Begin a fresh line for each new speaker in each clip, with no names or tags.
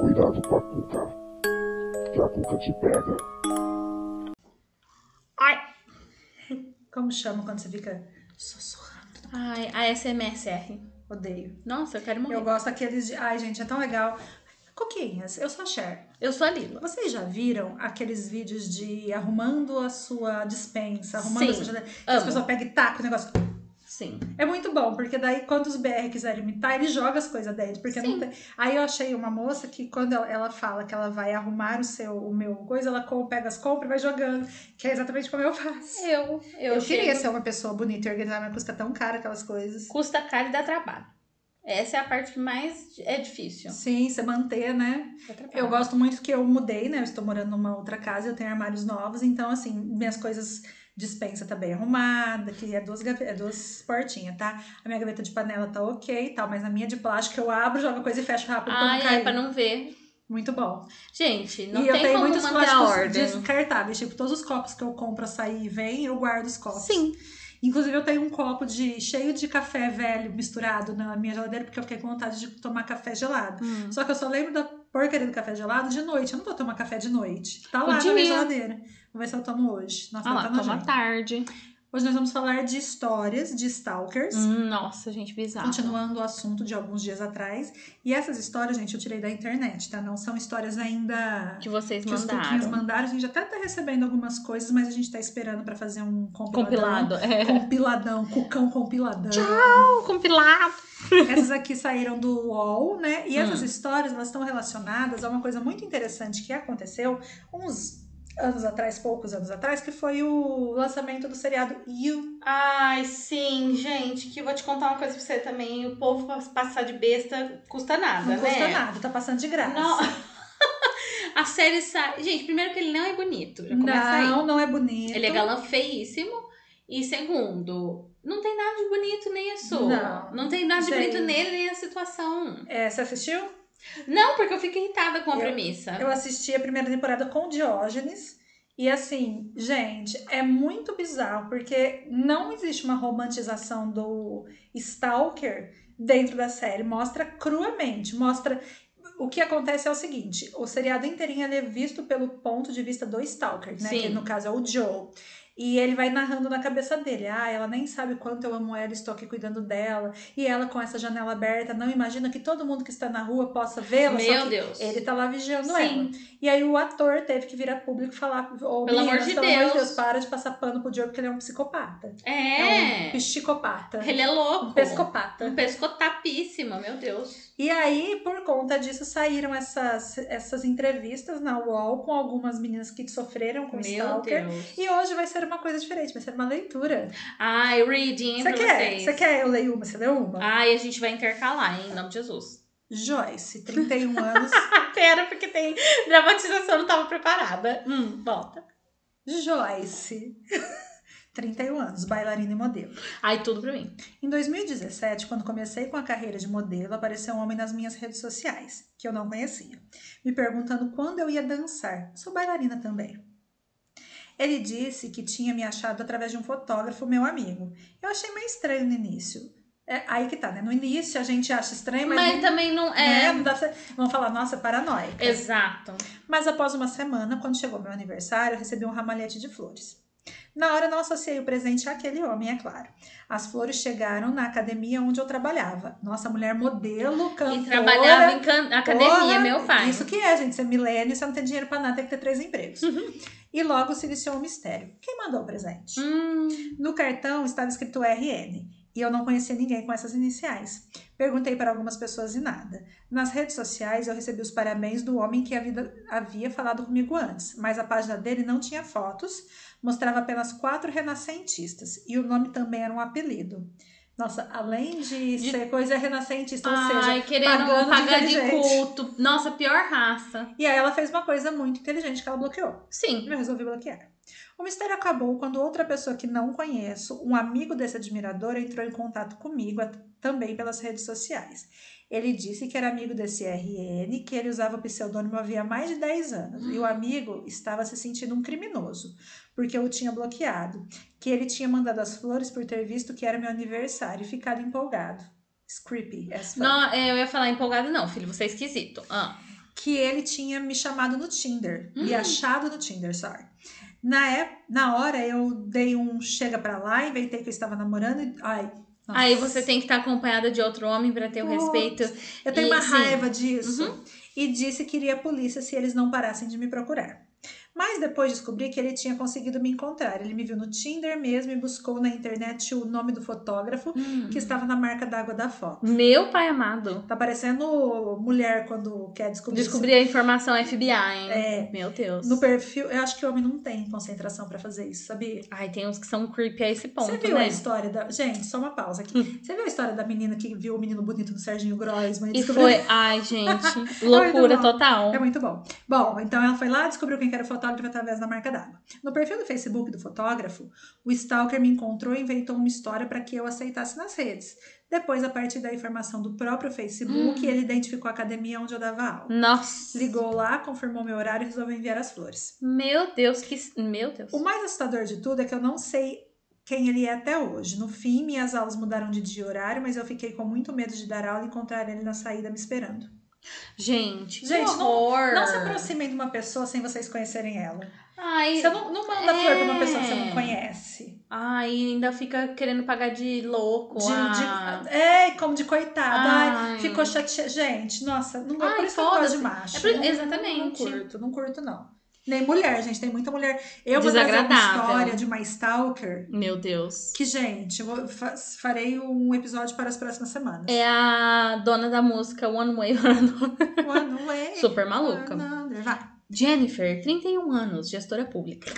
cuidado com a cuca. Que a cuca te pega.
Ai,
Como chama quando você fica sussurrando?
ai, a SMSR.
Odeio.
Nossa, eu quero morrer.
Eu
Eu,
gosto daqueles de. Ai, gente, é tão legal. Coquinhas, eu sou a Cher.
sou a Lila.
Vocês já viram aqueles vídeos de arrumando a sua dispensa, arrumando
Sim,
a sua geladeira? que As
amo.
pessoas pegam e tacam o negócio.
Sim.
É muito bom, porque daí quando os BR quiserem imitar, ele joga as coisas dentro. Porque
Sim.
não tem... Aí eu achei uma moça que quando ela, ela fala que ela vai arrumar o seu o meu coisa, ela com- pega as compras e vai jogando. Que é exatamente como eu faço.
Eu, eu,
Eu, queria
chego-
ser uma pessoa bonita e organizar, mas custa tão caro aquelas coisas.
Custa caro e dá trabalho. Essa é a parte que mais é difícil.
Sim, você manter, né?
Dá trabalho.
Eu gosto muito que eu mudei, né? Eu estou morando numa outra casa, eu tenho armários novos, então assim, minhas coisas dispensa tá bem arrumada, que é duas, gave- é duas portinhas, tá? A minha gaveta de panela tá ok e tal, mas a minha de plástico eu abro, jogo a coisa e fecho rápido pra não
Ai, é
cair.
pra não ver.
Muito bom.
Gente, não
um. e eu
tem
tenho
como
muitos
manter a
plásticos
ordem.
descartáveis, tipo, todos os copos que eu compro a sair e vem, eu guardo os copos.
Sim.
Inclusive, eu tenho um copo de cheio de café velho misturado na minha geladeira, porque eu fiquei com vontade de tomar café gelado.
Hum.
Só que eu só lembro da porcaria do café gelado de noite. Eu não vou tomar café de noite. Tá lá na minha
Podia.
geladeira. Vou ver se eu tomo hoje. Nossa,
Ah lá,
tá
toma
nojento.
tarde.
Hoje nós vamos falar de histórias de stalkers.
Hum, nossa, gente, bizarro.
Continuando o assunto de alguns dias atrás. E essas histórias, gente, eu tirei da internet, tá? Não são histórias ainda
Que vocês
que os coquinhos
mandaram.
mandaram. A gente até tá recebendo algumas coisas, mas a gente tá esperando pra fazer um compiladão.
Compilado. É.
Compiladão, cucão compiladão.
Compilado.
Essas aqui saíram do UOL, né? E essas
Hum.
histórias, elas estão relacionadas a uma coisa muito interessante que aconteceu uns anos atrás, poucos anos atrás, que foi o lançamento do seriado You.
Ai, sim, gente, que eu vou te contar uma coisa pra você também. O povo pra passar de besta custa nada,
Não
né?
custa nada, tá passando de graça.
Não. A série sai. Gente, primeiro que ele não é bonito. Já começa aí.
não, não é bonito.
Ele é galã feíssimo. E segundo, não tem nada de bonito nem a sua.
Não.
tem nada de
Gente.
bonito nele nem a situação.
É, você assistiu?
Não, porque eu fico irritada com a
Eu-
premissa.
Eu assisti a primeira temporada com Diógenes. E assim, gente, é muito bizarro, porque não existe uma romantização do Stalker dentro da série. Mostra cruamente, mostra. O que acontece é o seguinte: o seriado inteirinho ele é visto pelo ponto de vista do Stalker, né?
Sim.
Que no caso é o Joe. E ele vai narrando na cabeça dele: ah, ela nem sabe quanto eu amo ela, estou aqui cuidando dela. E ela com essa janela aberta, não imagina que todo mundo que está na rua possa vê-la. só
Meu
que
Deus.
ele tá lá vigiando
Sim.
ela. E aí o ator teve que virar público e falar:
Pelo
Ô, meninas,
amor de
pelo amor de
Deus.
Deus, para de passar pano pro Diogo, porque ele é um psicopata.
É.
um psicopata.
Ele é louco.
Um pescopata.
Um pescotapíssima, meu Deus.
E aí, por conta disso, saíram essas, essas entrevistas na UOL com algumas meninas que sofreram com
Meu
Um Stalker.
Deus.
E hoje vai ser uma coisa diferente, vai ser uma leitura.
Ai, reading
Você
pra
quer?
vocês.
Você quer? Eu leio uma, você lê uma?
Ai, a gente vai intercalar, hein? Em nome de Jesus.
Joyce, 31 anos.
Ah, pera, porque tem dramatização, eu não tava preparada. Hum, volta.
Joyce, 31 anos, bailarina e modelo.
Ai, tudo pra mim.
Em 2017, quando comecei com a carreira de modelo, apareceu um homem nas minhas redes sociais, que eu não conhecia, me perguntando quando eu ia dançar. Sou bailarina também. Ele disse que tinha me achado através de um fotógrafo, meu amigo. Eu achei meio estranho no início. É aí que tá, né? No início a gente acha estranho, mas.
Mas, também não
né?
é.
Não dá pra- Vão falar, nossa, é paranoica.
Exato.
Mas após uma semana, quando chegou meu aniversário, eu recebi um ramalhete de flores. Na hora, não associei o presente àquele homem, é claro. As flores chegaram na academia onde eu trabalhava. Nossa, mulher modelo, cantora...
E trabalhava em can- academia,
porra,
meu pai.
Isso que é, gente. Você é milênio, você não tem dinheiro pra nada, tem que ter três empregos.
Uhum.
e logo se iniciou o mistério. Quem mandou o presente?
Hum,
No cartão estava escrito RN e eu não conhecia ninguém com essas iniciais. Perguntei para algumas pessoas e nada. Nas redes sociais eu recebi os parabéns do homem que havia, havia falado comigo antes, mas a página dele não tinha fotos, mostrava apenas quatro renascentistas e o nome também era um apelido. Nossa, além de,
De-
ser coisa renascentista, ou seja.
ai, querendo
pagando de
pagar de,
inteligente.
culto. Nossa, pior raça.
E aí ela fez uma coisa muito inteligente que ela bloqueou.
Sim.
Eu resolvi bloquear. é. O mistério acabou quando outra pessoa que não conheço, um amigo desse admirador, entrou em contato comigo at- também pelas redes sociais. Ele disse que era amigo desse RN, que ele usava o pseudônimo havia mais de 10 anos, e o amigo estava se sentindo um criminoso, porque eu o tinha bloqueado, que ele tinha mandado as flores por ter visto que era meu aniversário e ficado empolgado. Creepy, as fuck.
Não, é, eu ia falar empolgado, não, filho, você é esquisito. Ah,
que ele tinha me chamado no Tinder, me
Hum.
achado no Tinder, sorry. Na, ép- na hora eu dei um chega pra lá, inventei que eu estava namorando e. Ai, nossa.
Aí você tem que estar acompanhada de outro homem pra ter o
Putz.
respeito.
Eu tenho
E,
uma
sim. Uhum.
raiva disso. E disse que iria à polícia se eles não parassem de me procurar. Mas depois descobri que ele tinha conseguido me encontrar. Ele me viu no Tinder mesmo e buscou na internet o nome do fotógrafo
Uhum.
que estava na marca d'água da foto.
Meu pai amado.
Tá parecendo mulher quando quer descobrir.
Descobri a informação FBI, hein?
É.
Meu Deus.
No perfil, eu acho que o homem não tem concentração pra fazer isso, sabia?
Ai, tem uns que são creepy a esse ponto,
Você viu a
né? Hum.
história da. Gente, só uma pausa aqui. Você viu a história da menina que viu o menino bonito do Serginho Groisman
E foi. Ai, gente.
Ai,
Loucura
não.
total.
É muito bom. Bom, então ela foi lá, descobriu quem que era o fotógrafo através da marca d'água. No perfil do Facebook do fotógrafo, o stalker me encontrou e inventou uma história para que eu aceitasse nas redes. Depois, a partir da informação do próprio Facebook,
Hum.
ele identificou a academia onde eu dava aula.
Nossa.
Ligou lá, confirmou meu horário e resolveu enviar as flores.
Meu Deus, que. Meu Deus.
O mais assustador de tudo é que eu não sei quem ele é até hoje. No fim, minhas aulas mudaram de dia e horário, mas eu fiquei com muito medo de dar aula e encontrar ele na saída me esperando.
Gente, que
Gente, não-
horror.
Não se aproximem de uma pessoa sem vocês conhecerem ela.
Ai,
Você não, não manda flor pra uma pessoa que você não
É.
conhece.
ai, ainda fica querendo pagar de louco.
De- de-
ah.
é, como de coitada. Ai,
Ai.
ficou chateada. Gente, nossa, não gosto,
Ai,
por isso que eu não gosto de
foda-se.
macho.
É por-
Não-
exatamente.
Não, curto, não curto, não. Nem mulher, gente, tem muita mulher. Eu vou trazer uma
Desagradável.
história de uma stalker
Meu Deus.
que, gente, eu vou- fa- farei um episódio para as próximas semanas.
É a dona da música One Way or Another.
One way,
Super maluca.
one other. é, Vai.
Jennifer, 31 anos, gestora pública.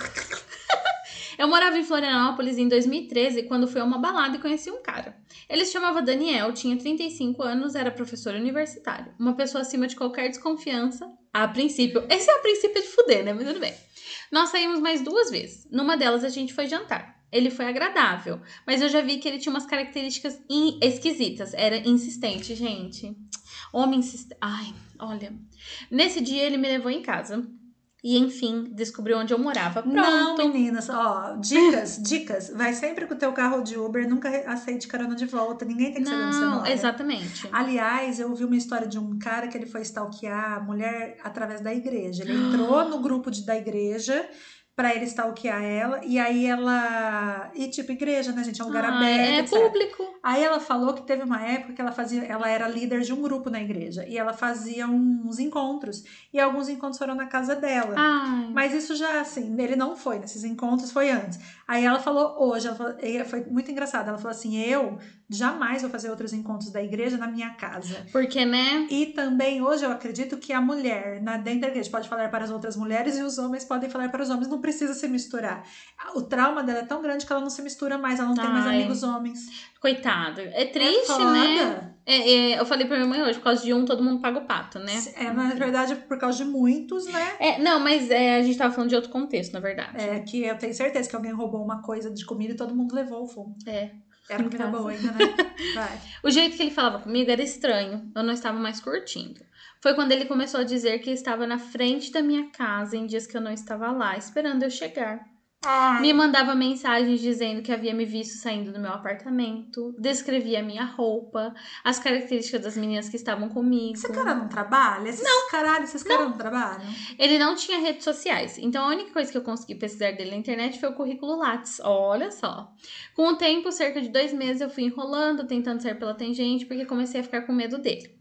Eu morava em Florianópolis em 2013, quando fui a uma balada e conheci um cara. Ele se chamava Daniel, tinha 35 anos, era professor universitário. Uma pessoa acima de qualquer desconfiança, a princípio. Esse é a princípio de fuder, né? Mas tudo bem. Nós saímos mais duas vezes. Numa delas, a gente foi jantar. Ele foi agradável, mas eu já vi que ele tinha umas características in- esquisitas. Era insistente, gente. Homem insistente. Ai, olha. Nesse dia, ele me levou em casa. E, enfim, descobriu onde eu morava. Pronto.
Não, meninas, ó, dicas, dicas. Vai sempre com o teu carro de Uber, nunca re- aceite carona de volta, ninguém tem que saber onde você
Não,
mora.
exatamente.
Ah, Aliás, eu ouvi uma história de um cara que ele foi stalkear a mulher através da igreja. Ele entrou no grupo de- da igreja pra ele stalkear ela. E aí ela. E tipo, igreja, né, gente? É um lugar
Ah,
aberto.
é
etc.
público.
Aí ela falou que teve uma época que ela fazia. Ela era líder de um grupo na igreja. E ela fazia uns encontros. E alguns encontros foram na casa dela.
Ah. Ai,
Mas isso já, assim, ele não foi nesses encontros, foi antes. Aí ela falou hoje, ela falou- e foi muito engraçado. Ela falou assim: eu jamais vou fazer outros encontros da igreja na minha casa.
porque, né?
E também hoje eu acredito que a mulher na dentro da igreja pode falar para as outras mulheres e os homens podem falar para os homens, não precisa se misturar. O trauma dela é tão grande que ela não se mistura mais, ela não tem mais
Ai.
amigos homens.
Coitado. É
é
triste,
foda.
né? É, é, eu falei pra minha mãe hoje, por causa de um, todo mundo paga o pato, né?
É, na verdade, por causa de muitos, né?
É, não, mas é, a gente tava falando de outro contexto, na verdade.
É que eu tenho certeza que alguém roubou uma coisa de comida e todo mundo levou o fumo.
É.
Era comida
Nossa.
boa ainda, né? Vai.
O jeito que ele falava comigo era estranho, eu não estava mais curtindo. Foi quando ele começou a dizer que estava na frente da minha casa em dias que eu não estava lá, esperando eu chegar. Me mandava mensagens dizendo que havia me visto saindo do meu apartamento, descrevia a minha roupa, as características das meninas que estavam comigo.
Esse cara não trabalha? Esses caralho, esses caras não trabalham?
Ele não tinha redes sociais, então a única coisa que eu consegui pesquisar dele na internet foi o currículo Lattes. Olha só. Com o tempo, cerca de dois meses, eu fui enrolando, tentando sair pela tangente, porque comecei a ficar com medo dele.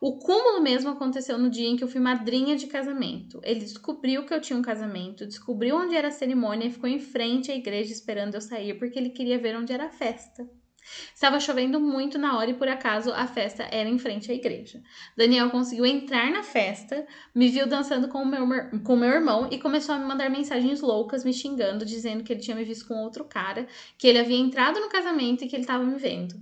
O cúmulo mesmo aconteceu no dia em que eu fui madrinha de casamento. Ele descobriu que eu tinha um casamento, descobriu onde era a cerimônia e ficou em frente à igreja esperando eu sair, porque ele queria ver onde era a festa. Estava chovendo muito na hora e por acaso a festa era em frente à igreja. Daniel conseguiu entrar na festa, me viu dançando com o meu, mer- com o meu irmão e começou a me mandar mensagens loucas, me xingando, dizendo que ele tinha me visto com outro cara, que ele havia entrado no casamento e que ele estava me vendo.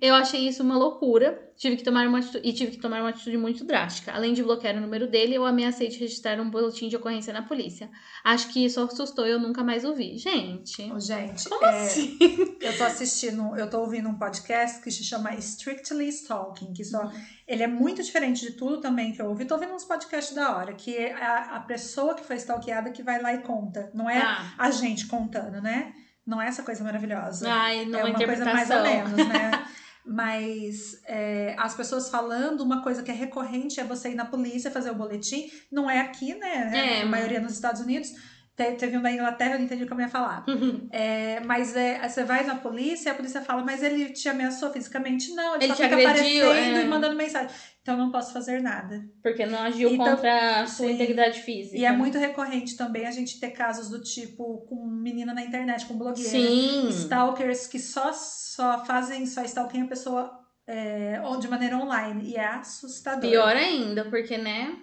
Eu achei isso uma loucura, tive que tomar uma atitude, e tive que tomar uma atitude muito drástica. Além de bloquear o número dele, eu ameacei de registrar um boletim de ocorrência na polícia. Acho que isso assustou e eu nunca mais ouvi. Gente,
Ô, Gente,
como
é,
assim?
eu tô assistindo, eu tô ouvindo um podcast que se chama Strictly Stalking, que só
Uhum.
ele é muito diferente de tudo também que eu ouvi. Tô ouvindo uns podcasts da hora, que é a, a pessoa que foi stalkeada que vai lá e conta. Não é
Ah,
a gente contando, né? Não é essa coisa maravilhosa.
ai, não
é uma coisa mais ou
interpretação.
menos, né? Mas é, as pessoas falando, uma coisa que é recorrente é você ir na polícia fazer o boletim. Não é aqui, né?
É.
a maioria nos Estados Unidos. Te- Teve um da Inglaterra, eu não entendi o que eu ia falar. É, mas é, você vai na polícia, a polícia fala, mas ele te ameaçou fisicamente? Não, ele,
Ele
só
te
fica
agrediu,
aparecendo
é.
e mandando mensagem. Então não posso fazer nada.
Porque não agiu
Então,
contra a sua
sim.
integridade física.
E é muito recorrente também a gente ter casos do tipo com menina na internet, com blogueira.
Sim.
Stalkers que só, só fazem, só stalkeiam a pessoa é, ou de maneira online. E é assustador.
Pior ainda, porque, né?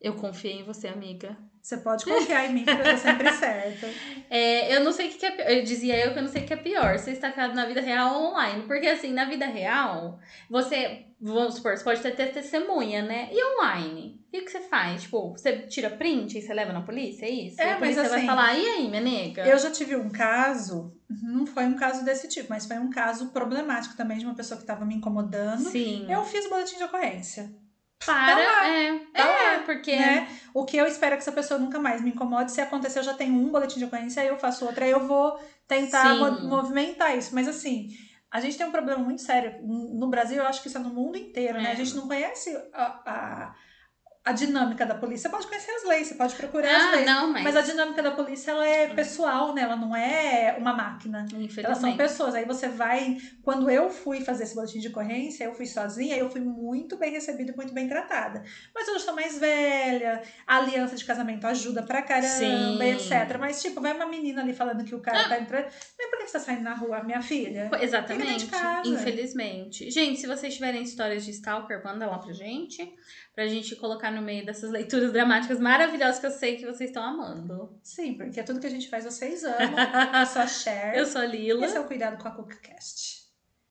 Eu confiei em você, amiga.
Você pode confiar em mim, que eu tô sempre certa.
É, eu não sei o que, que é pior. Eu dizia eu que eu não sei o que é pior. Ser estacado na vida real ou online. Porque, assim, na vida real, você, vamos supor, você pode ter, ter testemunha, né? E online? E o que você faz? Tipo, você tira print e você leva na polícia? É isso?
É,
e a
mas
polícia vai
assim,
falar, e aí, minha nega?
Eu já tive um caso, não foi um caso desse tipo, mas foi um caso problemático também de uma pessoa que tava me incomodando.
Sim.
Eu fiz o boletim de ocorrência,
Para. é,
tá
é, porque.
né? O que eu espero é que essa pessoa nunca mais me incomode. Se acontecer, eu já tenho um boletim de ocorrência, aí eu faço outro, aí eu vou tentar
Sim.
mo- movimentar isso. Mas assim, a gente tem um problema muito sério. No Brasil, eu acho que isso é no mundo inteiro, né?
É.
A gente não conhece a, a, a dinâmica da polícia. Você pode conhecer as leis, você pode procurar as
Ah,
leis.
não, mas.
Mas a dinâmica da polícia, ela é pessoal, né? Ela não é uma máquina. Elas são
Infelizmente.
pessoas. Aí você vai. Quando eu fui fazer esse boletim de ocorrência, eu fui sozinha, eu fui muito bem recebida e muito bem tratada. Mas eu já sou mais velha, a aliança de casamento ajuda pra caramba,
Sim. Ah.
etc. Mas, tipo, vai uma menina ali falando que o cara tá entrando. Mas por que você tá saindo na rua, minha filha?
Exatamente.
de casa.
Infelizmente. Gente, se vocês tiverem histórias de stalker, manda lá pra gente. Pra gente colocar no meio dessas leituras dramáticas maravilhosas que eu sei que vocês estão amando.
é Sim, porque tudo que a gente faz vocês amam. Eu sou a Cher.
Eu sou a Lila.
Esse é o cuidado com a CookCast.